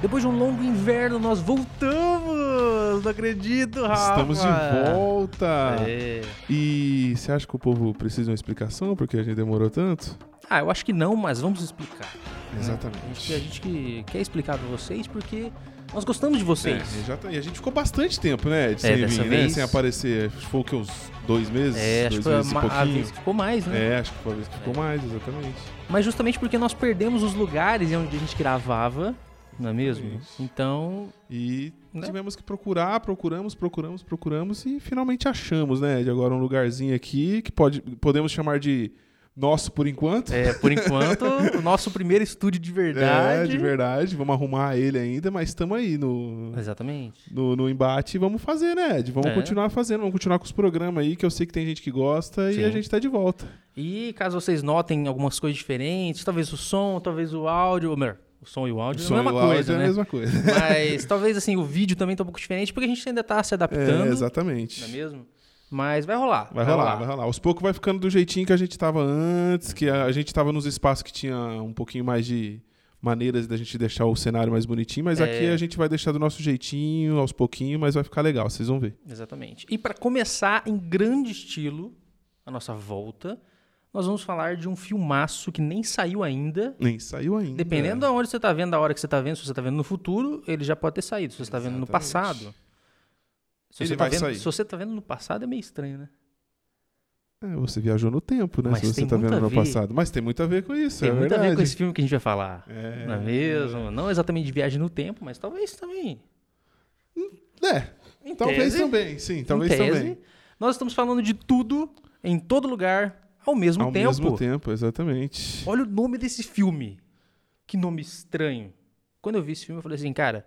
Depois de um longo inverno, nós voltamos! Não acredito, Rafa! Estamos de volta! É. E você acha que o povo precisa de uma explicação porque a gente demorou tanto? Ah, eu acho que não, mas vamos explicar. A gente, a Exatamente. gente que quer explicar pra vocês porque nós gostamos de É, vocês. exata- E a gente ficou bastante tempo, né? de sem É, dessa vir, né? vez- Sem aparecer. Acho que foi o que? Uns dois meses? É, acho dois que foi a, meses ma- e a pouquinho. vez que ficou mais, né? É, acho que foi a vez que ficou mais, exatamente. Mas justamente porque nós perdemos os lugares onde a gente gravava, não é mesmo? Exatamente. Então, E Né? tivemos que procurar, procuramos, procuramos, procuramos e finalmente achamos, né? De agora um lugarzinho aqui que pode, podemos chamar de nosso por enquanto. é, por enquanto, o nosso primeiro estúdio de É, verdade. de verdade. Vamos arrumar ele ainda, mas estamos aí no, Exatamente. no, no embate e vamos fazer, né, Ed? Vamos É. continuar fazendo, vamos continuar com os programas aí, que eu sei que tem gente que gosta Sim. e a gente tá de volta. E caso vocês notem algumas coisas diferentes, talvez o som, talvez o áudio, ou melhor, o som e o áudio é a mesma e o áudio coisa, é né? a mesma coisa. Mas talvez assim, o vídeo também tá um pouco diferente, porque a gente ainda tá se É, adaptando, não é exatamente. mesmo? Mas vai rolar. Vai rolar, vai rolar. Aos poucos vai ficando do jeitinho que a gente tava antes, que a, a gente tava nos espaços que tinha um pouquinho mais de maneiras da gente deixar o cenário mais bonitinho, mas É. aqui a gente vai deixar do nosso jeitinho, aos pouquinhos, mas vai ficar legal, vocês vão ver. Exatamente. E para começar em grande estilo a nossa volta, nós vamos falar de um filmaço que nem saiu ainda. Nem saiu ainda. Dependendo de onde você tá vendo, da hora que você tá vendo, se você tá vendo no futuro, ele já pode ter saído. Se você tá vendo no Exatamente. passado. Se Ele você tá vai vendo- sair. Se você tá vendo no passado, é meio estranho, né? É, você viajou no tempo, né? Mas se você tem tá muito vendo a no ver. passado. Mas tem muito a ver com isso, Tem é muito verdade. a ver com esse filme que a gente vai falar. É. Não é mesmo? Não exatamente de viagem no tempo, mas talvez também. É, Em talvez tese, também, sim, em talvez tese, também. Nós estamos falando de tudo, em todo lugar, ao mesmo Ao tempo. mesmo tempo, exatamente. Olha o nome desse filme. Que nome estranho. Quando eu vi esse filme, eu falei assim, cara,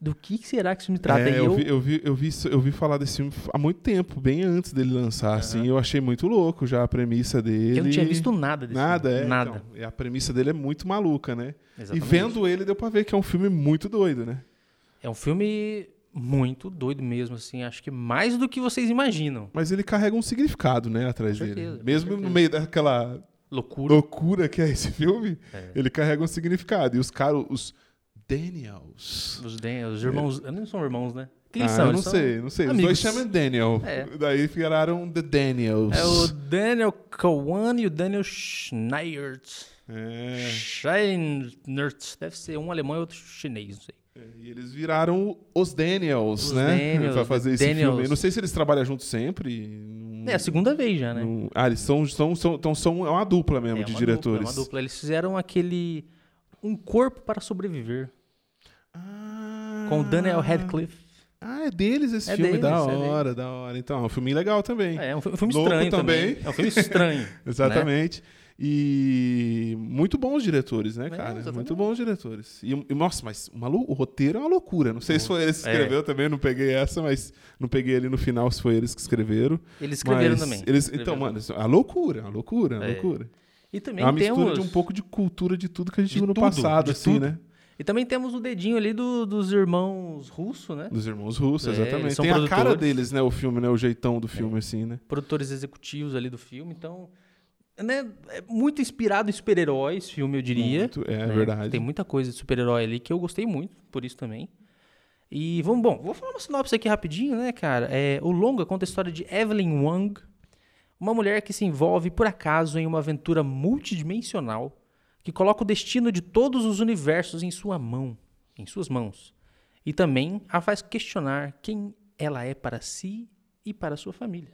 do que que será que esse filme trata? É, e eu, eu, vi, eu, vi, eu, vi, isso- eu vi falar desse filme há muito tempo, bem antes dele lançar, assim. Eu achei muito louco já a premissa dele. eu não tinha visto nada desse nada, filme. é. Nada. então. E a premissa dele é muito maluca, né? Exatamente. E vendo ele, deu pra ver que é um filme muito doido, né? É um filme muito doido mesmo, assim. Acho que mais do que vocês imaginam. Mas ele carrega um significado, né, atrás Com dele. certeza, com Mesmo no certeza. meio daquela Loucura. loucura que é esse filme, É. ele carrega um significado. E os caras, os Daniels. Os, Dan- os irmãos... Eu não são irmãos, né? Quem Ah, eles são? eu não Eles são- sei, não sei. amigos. Os dois chamam Daniel. É. Daí viraram The Daniels. É o Daniel Kawan e o Daniel Schneidert. É. Scheinert. Deve ser um alemão e outro chinês, não sei. E eles viraram os Daniels, Os né? Daniels, pra fazer esse Daniels. filme. Eu não sei se eles trabalham juntos sempre. não- É a segunda vez já, né? não- Ah, eles são, são, são, então são é uma dupla mesmo É de uma diretores. Dupla, é uma dupla. Eles fizeram aquele Um Corpo para Sobreviver Ah, com o Daniel Radcliffe. Ah, é deles esse É filme. da deles, é hora, da hora. Então, é um filme legal também. É, é um fi- um filme Louco estranho também. também. É um filme estranho. Exatamente. Né? E muito bons diretores, né, É, cara? exatamente. muito bons diretores. E, e, nossa, mas uma lou- o roteiro é uma loucura. Não sei se foi eles que É. escreveu também, não peguei essa, mas não peguei ali no final se foi eles que escreveram. Eles escreveram Mas também. Eles, Escreveram. Então, mano, isso é uma loucura, uma loucura, uma É. loucura. E também é uma temos. mistura de um pouco de cultura de tudo que a gente De viu no tudo, passado, de assim, tudo. né? E também temos o dedinho ali do- dos irmãos russo, né? Dos irmãos russos, É, eles exatamente. são Tem a cara produtores. É. deles, né? O filme, né? O jeitão do filme, assim, né? Produtores executivos ali do filme. Então, né? É muito inspirado em super-herói esse filme, eu diria. Muito- é, né? verdade. Tem muita coisa de super-herói ali que eu gostei muito, por isso também. E vamos, bom, vou falar uma sinopse aqui rapidinho, né, cara? É, o longa conta a história de Evelyn Wang, uma mulher que se envolve por acaso em uma aventura multidimensional que coloca o destino de todos os universos em sua mão, em suas mãos, e também a faz questionar quem ela é para si e para sua família.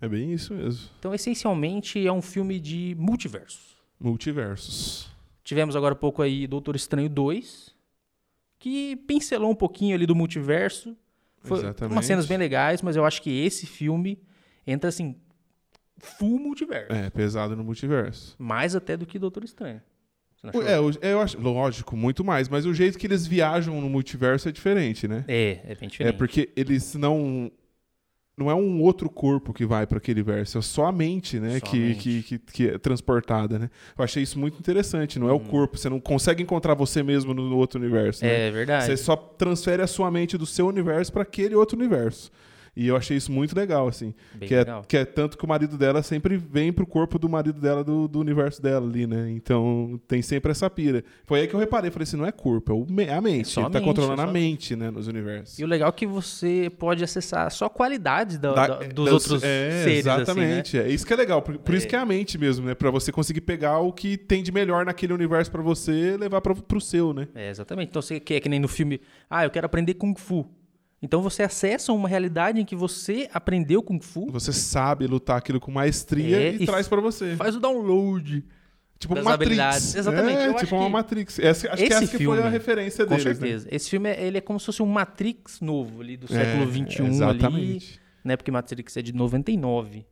É bem isso mesmo. Então, essencialmente, é um filme de multiversos. Multiversos. Tivemos agora há pouco aí Doutor Estranho 2, que pincelou um pouquinho ali do multiverso. Foi Exatamente. umas cenas bem legais, mas eu acho que esse filme entra assim full multiverso, É, pesado no multiverso. mais até do que Doutor Estranho. Você não achou? É, o- é, eu acho, lógico, muito mais, mas o jeito que eles viajam no multiverso é diferente, né? é, é bem É diferente. porque eles não. Não é um outro corpo que vai para aquele verso, é só a mente, né? Só a que, mente. Que, que, que é transportada, né? Eu achei isso muito interessante. Não é o corpo, você não consegue encontrar você mesmo no no outro universo. né? Uhum. É verdade. Você só transfere a sua mente do seu universo para aquele outro universo. E eu achei isso muito legal, assim. Bem que, legal. É, que é tanto que o marido dela sempre vem pro corpo do marido dela, do, do universo dela ali, né? Então tem sempre essa pira. Foi aí que eu reparei, falei assim, não é corpo, é o me- a mente. só a Ele tá mente, controlando é só a a mente, né, nos universos. E o legal é que você pode acessar só qualidades da- Da- da- dos das- outros seres, é, assim, né? Exatamente. É isso que é legal. Por, por isso É. que é a mente mesmo, né? Pra você conseguir pegar o que tem de melhor naquele universo pra você e levar pra, pro seu, né? É, exatamente. Então você quer que nem no filme, ah, eu quero aprender Kung Fu. Então você acessa uma realidade em que você aprendeu Kung Fu, Você sabe lutar aquilo com maestria É, e, e traz pra você. faz o download. Tipo das uma habilidades. Matrix. Exatamente. É, Eu acho tipo uma que Matrix. Essa, acho que esse essa que filme, foi a referência Com deles, né? certeza. Esse filme é, ele é como se fosse um Matrix novo ali do É, século XXI ali, exatamente. né? Porque Matrix é de 99.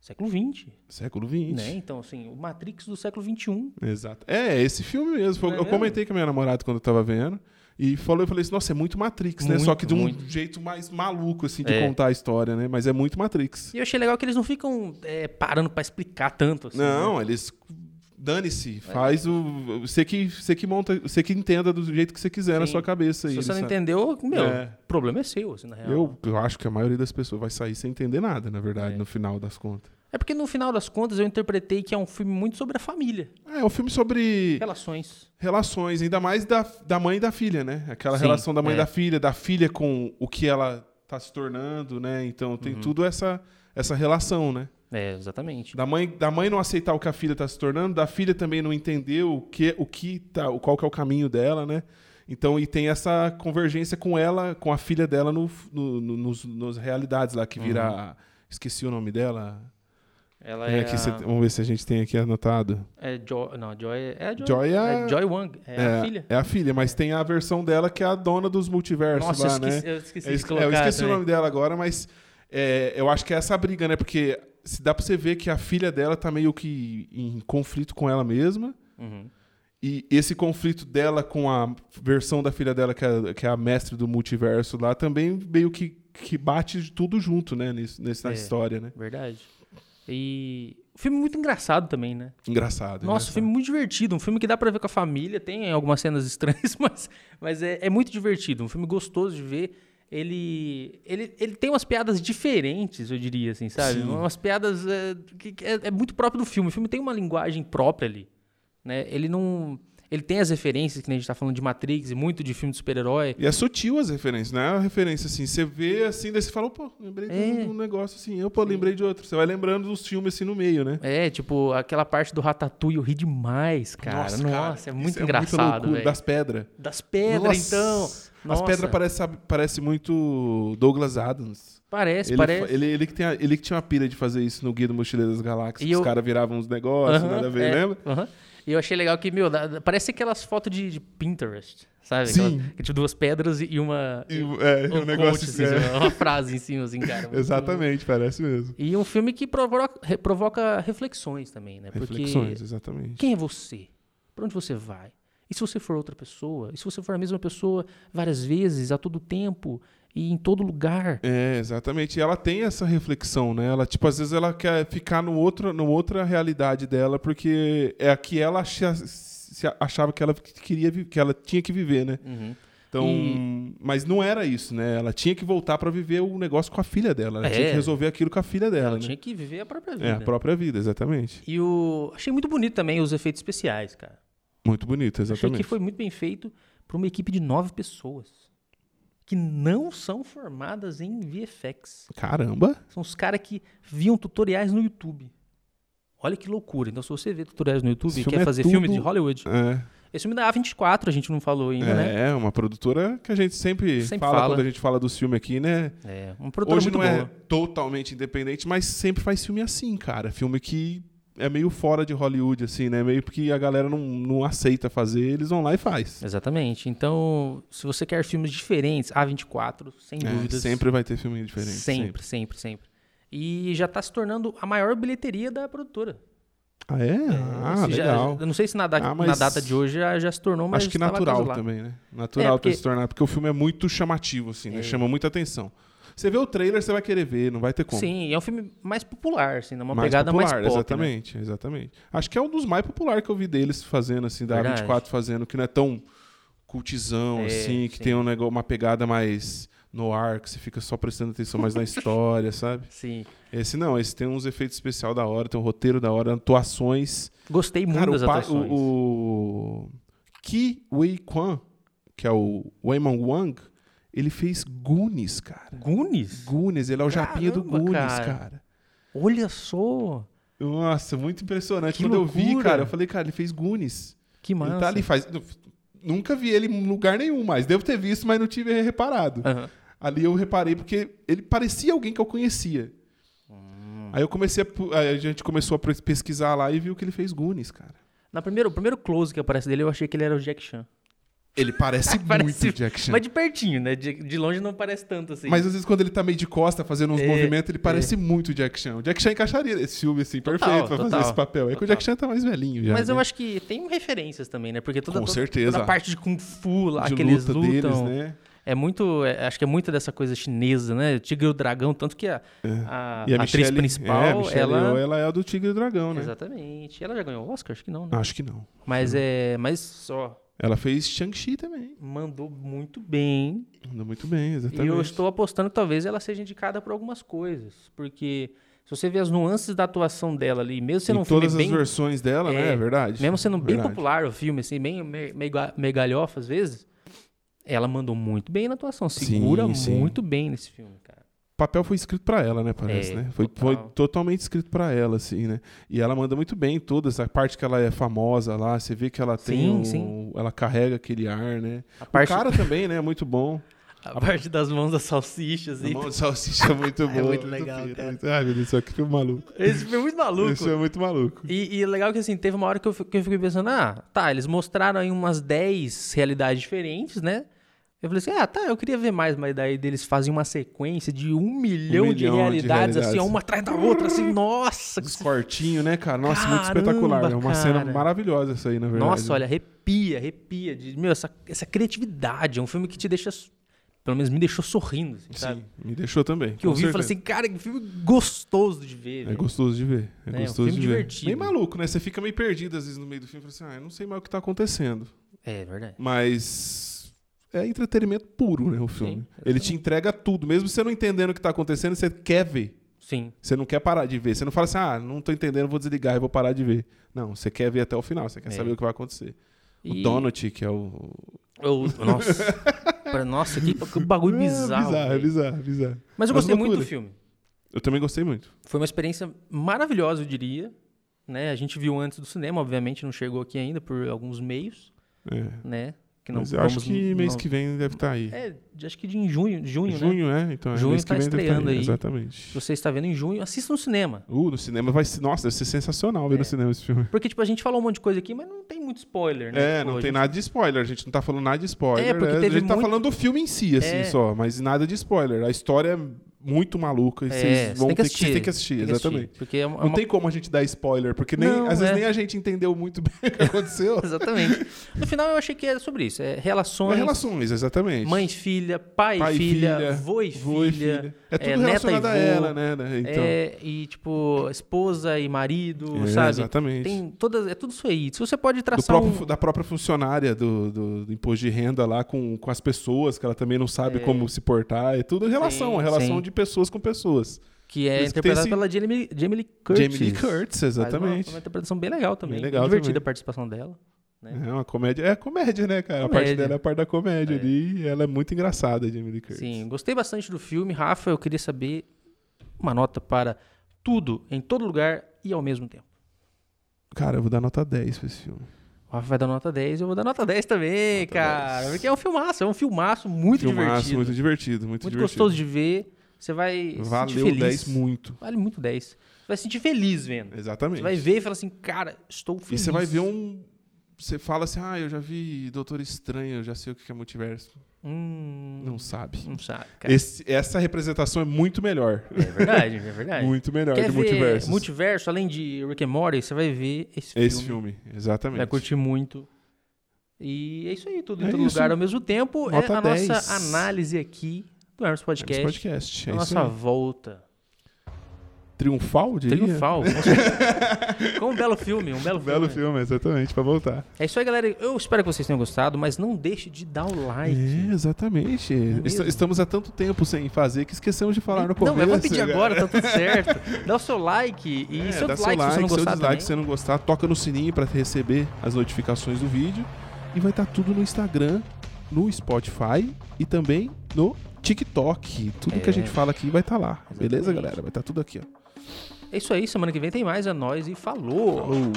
Século 20, Século XX. né? Então, assim, o Matrix do século 21. Exato. É, esse filme mesmo. Foi- Não é eu mesmo? comentei com a minha namorada quando eu tava vendo. E falou, eu falei assim, nossa, é muito Matrix, né? Muito, Só que de um muito. jeito mais maluco, assim, de É. contar a história, né? Mas é muito Matrix. E eu achei legal que eles não ficam é, parando pra explicar tanto. Assim, né? Não, eles. É. Dane-se, faz o. Você que, você que monta, você que entenda do jeito que você quiser na Sim. sua Se cabeça. aí, você não sabe? entendeu, meu, É. o problema é seu, assim, na real. eu, eu acho que a maioria das pessoas vai sair sem entender nada, na verdade, no final das contas. É porque no final das contas eu interpretei que é um filme muito sobre a família, É, é um filme sobre relações. relações, ainda mais da, da mãe e da filha, né? Aquela Sim, relação da mãe é. e da filha, da filha com o que ela tá se tornando, né? Então tem Uhum. tudo essa, essa relação, né? É, exatamente. Da mãe, da mãe não aceitar o que a filha está se tornando, da filha também não entender o que, o que tá, o- qual que é o caminho dela, né? Então, e tem essa convergência com ela, com a filha dela no, no- no- nos, nos realidades lá, Uhum. que vira. a- Esqueci o nome dela. Ela Tem é, aqui, a- cê- vamos ver se a gente tem aqui anotado. é Joy, não, Joy é a Joy, Joy é a- é Joy Wang, é, a filha. É a filha, mas tem a versão dela que é a dona dos multiversos Nossa, lá, eu esqueci, né? eu esqueci Eu de esque- colocar. eu esqueci o também. nome dela agora, mas é, eu acho que é essa a briga, né? Porque se dá pra você ver que a filha dela tá meio que em conflito com ela mesma. Uhum. E esse conflito dela com a versão da filha dela, que é, que é a mestre do multiverso lá, também meio que, que bate tudo junto, né? Nisso, nesse- na É. história, né? Verdade. E o filme é muito engraçado também, né? Engraçado. Nossa, engraçado. um filme muito divertido. Um filme que dá pra ver com a família. Tem algumas cenas estranhas, mas, mas é, é muito divertido. Um filme gostoso de ver. Ele, ele, ele tem umas piadas diferentes, eu diria, assim, sabe? Sim. Umas piadas é, que que é, é muito próprio do filme. O filme tem uma linguagem própria ali, né? Ele não... Ele tem as referências, que nem a gente tá falando de Matrix e muito de filme de super-herói. E é sutil as referências, não é uma referência assim. Você vê assim, daí você fala, pô, lembrei de É. um negócio assim. Eu, pô, lembrei de outro. Você vai lembrando dos filmes assim no meio, né? É, tipo, aquela parte do Ratatouille eu ri demais, cara. Nossa, é isso muito engraçado, loucura, velho. Das, Das pedras. pedras, Nossa, então. As Nossa, pedras parece, sabe, parece muito Douglas Adams. Parece, ele, parece. Ele, ele, que tem a- ele que tinha uma pilha de fazer isso no Guia do Mochileiro das Galáxias. E que eu- Os caras viravam uns negócios, Aham, nada a ver, é, lembra? aham. E eu achei legal que, meu, da- da- parece aquelas fotos de, de Pinterest, sabe? Sim. Aquelas- que, tipo, duas pedras e uma. E, é, um um negócio quote, assim. assim, é. Uma frase em cima, assim, cara. Muito- Exatamente, parece mesmo. E um filme que provoca, re- provoca reflexões também, né? Porque Reflexões, exatamente. quem é você? Pra onde você vai? E se você for outra pessoa? E se você for a mesma pessoa várias vezes, a todo tempo e em todo lugar? É, exatamente. E ela tem essa reflexão, né? Ela, tipo, às vezes ela quer ficar no outro, no outra realidade dela, porque é a que ela acha- se achava que ela queria vi- que ela tinha que viver, né? Uhum. Então, E- mas não era isso, né? Ela tinha que voltar pra viver o negócio com a filha dela, ela É. tinha que resolver aquilo com a filha dela, Ela né? tinha que viver a própria vida. É, a própria vida, exatamente. E o... achei muito bonito também os efeitos especiais, cara. Muito bonito, Achei exatamente. que foi muito bem feito para uma equipe de nove pessoas que não são formadas em VFX. Caramba. São os caras que viam tutoriais no YouTube. Olha que loucura. Então, se você vê tutoriais no YouTube Esse e filme quer é fazer filme tudo- de Hollywood, É, esse filme da A24 a gente não falou ainda, né? é uma produtora que a gente sempre, Sempre fala, fala. quando a gente fala dos filmes aqui, né? É, uma produtora Hoje muito não boa. é totalmente independente, mas sempre faz filme assim, cara. Filme que é meio fora de Hollywood, assim, né? Meio porque a galera não, não aceita fazer, eles vão lá e faz. Exatamente. Então, se você quer filmes diferentes, A24, sem É, dúvidas. sempre vai ter filme diferente. sempre, sempre, sempre. E já tá se tornando a maior bilheteria da produtora. Ah, é? ah, Esse já- legal. eu não sei se na, da- Ah, mas- na data de hoje já, já se tornou, mas Acho que tava natural quase lá. também, né? Natural É, porque- É. pra se tornar, porque o filme é muito chamativo, assim, né? Chama muita atenção. Você vê o trailer, você vai querer ver, não vai ter como. Sim, é um filme mais popular, assim, uma mais pegada popular, mais pop. né? exatamente, exatamente. Acho que é um dos mais populares que eu vi deles fazendo, assim, da Verdade. A24 fazendo, que não é tão cultizão, É, assim, que sim. tem um negócio, uma pegada mais no ar, que você fica só prestando atenção mais na história, sabe? Sim. Esse não, esse tem uns efeitos especial da hora, tem um roteiro da hora, atuações. Gostei muito Cara, das o, pa- atuações. o, o Ki Wei Kwan, que é o Waymon Wang, ele fez Goonies, cara. Goonies? Goonies, ele é o japinha do Caramba, Goonies, cara. cara. Olha só. Nossa, muito impressionante. Que Quando eu vi, loucura. cara, eu falei, cara, ele fez Goonies. Que massa. Ele tá ali, faz. Nunca vi ele em lugar nenhum mais. Devo ter visto, mas não tive reparado. Aham. Ali eu reparei porque ele parecia alguém que eu conhecia. Hum. Aí eu comecei a, pu- aí a gente começou a pres- pesquisar lá e viu que ele fez Goonies, cara. Na primeira, o primeiro close que aparece dele, eu achei que ele era o Jack Chan. Ele parece, Parece- muito Jack Chan. Mas Mas, de pertinho, né? De, de longe não parece tanto assim. às vezes quando ele tá meio de costa fazendo uns É, movimentos, ele parece muito Jack Chan. O Jack Chan encaixaria nesse filme assim, perfeito pra total, fazer esse papel. É que o total. Jack Chan tá mais velhinho já. Mas né? eu acho que tem referências também, né? Porque toda, Com toda- certeza. toda a parte de Kung Fu lá, de que eles luta lutam. deles, né? É muito. é- acho que é muito dessa coisa chinesa, né? Tigre e o dragão, tanto que a, a- É. E a a atriz Michelle- principal, é, a Michelle ela. Yeoh, ela é a do Tigre e o Dragão, né? Ah, Exatamente. Ela já ganhou o Oscar? Acho que não, né? Acho que não. Mas é. Mas só. Ela fez Shang-Chi também. Mandou muito bem. Andou muito bem, exatamente. E eu estou apostando que talvez ela seja indicada por algumas coisas. Porque se você vê as nuances da atuação dela ali, mesmo sendo em um filme todas bem. as versões dela, né? É, É verdade. Mesmo sendo bem Verdade. popular o filme, assim, bem me- meiga- megalhofa às vezes, ela mandou muito bem na atuação. Sim, Segura sim. muito bem nesse filme, cara. O papel foi escrito pra ela, né? Parece, É, né? Foi, total. foi totalmente escrito pra ela, assim, né? E ela manda muito bem em todas. A parte que ela é famosa lá, você vê que ela tem. Sim, um- sim. Ela carrega aquele ar, né? A parte, O cara também, né? é Muito bom. a parte das mãos das salsichas. assim. A E... mão de salsicha é muito bom. É muito legal, bem, cara. muito- Ai, meu Deus, isso aqui foi maluco. Esse filme é muito maluco. Isso é muito maluco. E, e legal que assim, teve uma hora que eu, fi- que eu fiquei pensando, ah, tá, eles mostraram aí umas 10 realidades diferentes, né? Eu falei assim, ah, tá, eu queria ver mais, mas daí deles fazem uma sequência de um milhão, de, milhão de realidades, assim, ó, realidades. uma atrás da outra, assim, nossa. Os cortinhos, né, cara? Nossa, muito Caramba, espetacular. É uma cena cara. maravilhosa essa aí, na é verdade. né? Nossa, olha, arrepia, arrepia. De, meu, essa, essa criatividade, é um filme que te deixa, pelo menos me deixou sorrindo, assim, sabe? Sim, me deixou também. Que eu com vi e falei assim, certeza. cara, que filme gostoso de ver. É velho. gostoso de ver. É, É, um gostoso filme de ver. divertido. Meio maluco, né? Você fica meio perdido às vezes no meio do filme. Fala assim, ah, eu não sei mais o que tá acontecendo. É verdade. Mas é entretenimento puro, né? O filme. Sim, Ele te entrega tudo. Mesmo você não entendendo o que tá acontecendo, você quer ver. Sim. Você não quer parar de ver. Você não fala assim, ah, não tô entendendo, vou desligar e vou parar de ver. Não, você quer ver até o final. Você quer É. saber o que vai acontecer. E- O Donut, que é o... Eu- nossa, Pra- nossa que, que bagulho É, bizarro. bizarro, velho. bizarro, bizarro. Mas eu Mas gostei muito do loucura. filme. Eu também gostei muito. Foi uma experiência maravilhosa, eu diria. Né? A gente viu antes do cinema, obviamente não chegou aqui ainda por alguns meios, É. né? Que não Mas eu acho vamos- que mês não- que vem deve estar aí. É, de- acho que de em junho, junho, né? Junho, é? Então, é Junho mês que tá vem deve tá estreando aí. Exatamente. Se você está vendo em junho, assista no cinema. Uh, no cinema vai ser. Nossa, deve ser sensacional ver É. no cinema esse filme. Porque, tipo, a gente falou um monte de coisa aqui, mas não tem muito spoiler, né? É, Tipo, não a tem gente- nada de spoiler. A gente não tá falando nada de spoiler. É, porque né? teve A gente tá muito- falando do filme em si, assim, É. só. Mas nada de spoiler. A história é muito maluca. E É, vocês você vão tem que ter que, assistir, vocês têm que assistir. Tem que assistir, exatamente. Porque é uma, é Não uma- tem como a gente dar spoiler, porque nem, Não, às vezes é. nem a gente entendeu muito bem o que aconteceu. Exatamente. No final eu achei que era sobre isso. É É relações, relações, exatamente. mãe e filha, pai, Pai e e filha, filha, vô e Vô e filha. filha. É tudo é, neta e relacionado a vô. ela, né? né? Então, É, e tipo, esposa e marido, é, tipo, sabe? Exatamente. Tem todas, é tudo isso aí. Se você pode Do traçar próprio um... fu- Da própria funcionária do, do- do imposto de renda lá com, com as pessoas, que ela também não sabe É. como se portar. É tudo em relação, Sim, é relação sim. de pessoas com pessoas. que é Por isso que tem interpretado esse- pela Jamie, Jamie Lee Curtis. Jamie Lee Curtis, Faz uma- né? exatamente. Uma, interpretação bem legal também. Bem legal Divertida também. a participação dela. É uma comédia. É comédia, né, cara? A Comédia. parte dela é a parte da comédia É. ali. E ela é muito engraçada, a Jamie Lee Curtis. Sim, gostei bastante do filme. Rafa, eu queria saber uma nota para tudo, em todo lugar e ao mesmo tempo. Cara, eu vou dar nota 10 pra esse filme. O Rafa vai dar nota 10, eu vou dar nota 10 também, Nota cara. 10. Porque é um filmaço, é um filmaço muito divertido. muito Muito, divertido, muito, divertido. gostoso de ver. Você vai se sentir Valeu feliz. 10 muito. Vale muito 10. Você vai se sentir feliz vendo. Exatamente. Você vai ver e fala assim, cara, estou E feliz. você vai ver um. Você fala assim, ah, eu já vi Doutor Estranho, eu já sei o que é multiverso. Hum, Não sabe. não sabe, cara. Esse- essa representação é muito melhor. É verdade, é verdade. Muito melhor Quer de ver multiverso. multiverso, além de Rick and Morty, você vai ver esse filme. Esse filme, exatamente. Vai curtir muito. E é isso aí, tudo em É todo isso. lugar ao mesmo tempo. é Nota a 10. nossa análise aqui do Hermes É Podcast. esse podcast. É a isso nossa aí. volta. triunfal, eu diria? Triunfal. com certeza. Com um belo filme, um belo Um filme. Belo filme, exatamente, pra voltar. É isso aí, galera. Eu espero que vocês tenham gostado, mas não deixe de dar o like. É, exatamente. Est- É mesmo? Estamos há tanto tempo sem fazer que esquecemos de falar no começo. né? não, mas vou pedir cara. agora, tá tudo certo. Dá o seu like e É, seu dá like, seu se você não like, seu gostar dislike se também. você não gostar, toca no sininho pra receber as notificações do vídeo. E vai estar tudo no Instagram, no Spotify e também no TikTok. Tudo que É. a gente fala aqui vai estar lá. Beleza, tá Exatamente. galera? Vai estar tudo aqui, ó. É isso aí, semana que vem tem mais, é nóis e falou. Falou.